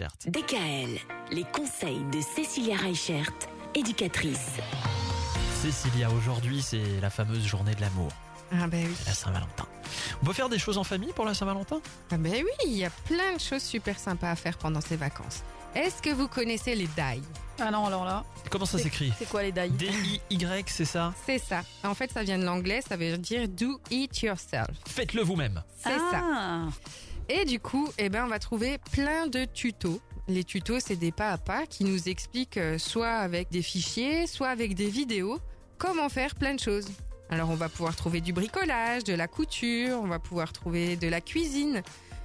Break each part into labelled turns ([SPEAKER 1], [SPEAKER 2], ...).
[SPEAKER 1] Reichert.
[SPEAKER 2] DKL, les conseils de Cécilia Reichert, éducatrice.
[SPEAKER 1] Cécilia, aujourd'hui, c'est la fameuse journée de l'amour,
[SPEAKER 3] Ah ben oui.
[SPEAKER 1] la Saint-Valentin. On peut faire des choses en famille pour la Saint-Valentin
[SPEAKER 3] Ah ben oui, il y a plein de choses super sympas à faire pendant ces vacances. Est-ce que vous connaissez les dailles
[SPEAKER 4] Ah non, alors là,
[SPEAKER 1] Comment ça s'écrit
[SPEAKER 4] c'est quoi les dailles
[SPEAKER 1] D-I-Y, c'est ça
[SPEAKER 3] C'est ça. En fait, ça vient de l'anglais, ça veut dire do it yourself.
[SPEAKER 1] Faites-le vous-même.
[SPEAKER 3] C'est ça. Et du coup, eh ben, on va trouver plein de tutos. Les tutos, c'est des pas à pas qui nous expliquent, euh, soit avec des fichiers, soit avec des vidéos, comment faire plein de choses. Alors, on va pouvoir trouver du bricolage, de la couture, on va pouvoir trouver de la cuisine.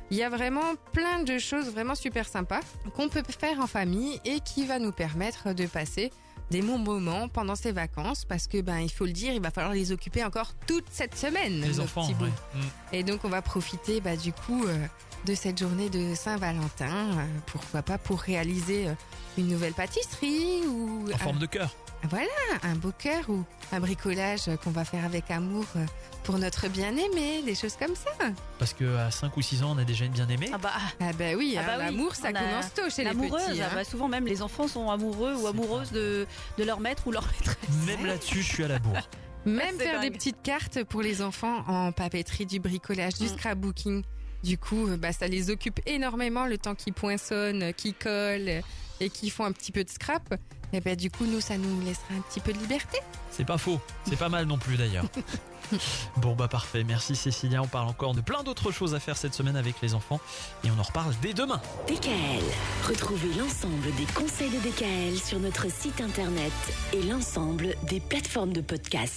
[SPEAKER 3] Il y a vraiment plein de choses vraiment super sympas qu'on peut faire en famille et qui va nous permettre de passer des bons moments pendant ces vacances parce que, ben, il faut le dire, il va falloir les occuper encore toute cette semaine.
[SPEAKER 1] Les
[SPEAKER 3] nos
[SPEAKER 1] enfants,
[SPEAKER 3] petits bouts.
[SPEAKER 1] ouais. Mm.
[SPEAKER 3] Et donc on va profiter bah, du coup euh, de cette journée de Saint-Valentin, euh, pourquoi pas pour réaliser euh, une nouvelle pâtisserie ou
[SPEAKER 4] ah
[SPEAKER 1] en forme de cœur.
[SPEAKER 3] un, voilà un beau cœur ou un bricolage euh, qu'on va faire avec amour euh, pour notre bien-aimé, des choses comme ça.
[SPEAKER 1] Parce qu'à 5 ou 6 ans, on a déjà une bien-aimée.
[SPEAKER 4] Ah bah,
[SPEAKER 3] Ah bah oui,
[SPEAKER 4] Ah
[SPEAKER 3] hein,
[SPEAKER 4] bah oui,
[SPEAKER 3] l'amour ça
[SPEAKER 4] on a
[SPEAKER 3] commence tôt chez les
[SPEAKER 4] l'amoureuse,
[SPEAKER 3] petits. hein.
[SPEAKER 4] ah bah, souvent même les enfants sont amoureux
[SPEAKER 1] C'est
[SPEAKER 4] ou amoureuses de, de leur maître ou leur maîtresse.
[SPEAKER 1] Même là-dessus, je suis à la bourre.
[SPEAKER 3] Même
[SPEAKER 4] C'est
[SPEAKER 3] faire des
[SPEAKER 4] dingue.
[SPEAKER 3] petites cartes pour les enfants en papeterie, du bricolage, du
[SPEAKER 4] Mm.
[SPEAKER 3] scrapbooking. Du coup, euh, bah, ça les occupe énormément le temps qu'ils poinçonnent, euh, qu'ils collent euh, et qu'ils font un petit peu de scrap. Et ben du coup, nous, ça nous laissera un petit peu de liberté.
[SPEAKER 1] C'est pas faux, c'est pas mal non plus d'ailleurs. Bon bah parfait, merci Cécilia, on parle encore de plein d'autres choses à faire cette semaine avec les enfants et on en reparle dès demain.
[SPEAKER 2] DKL, retrouvez l'ensemble des conseils de DKL sur notre site internet et l'ensemble des plateformes de podcast.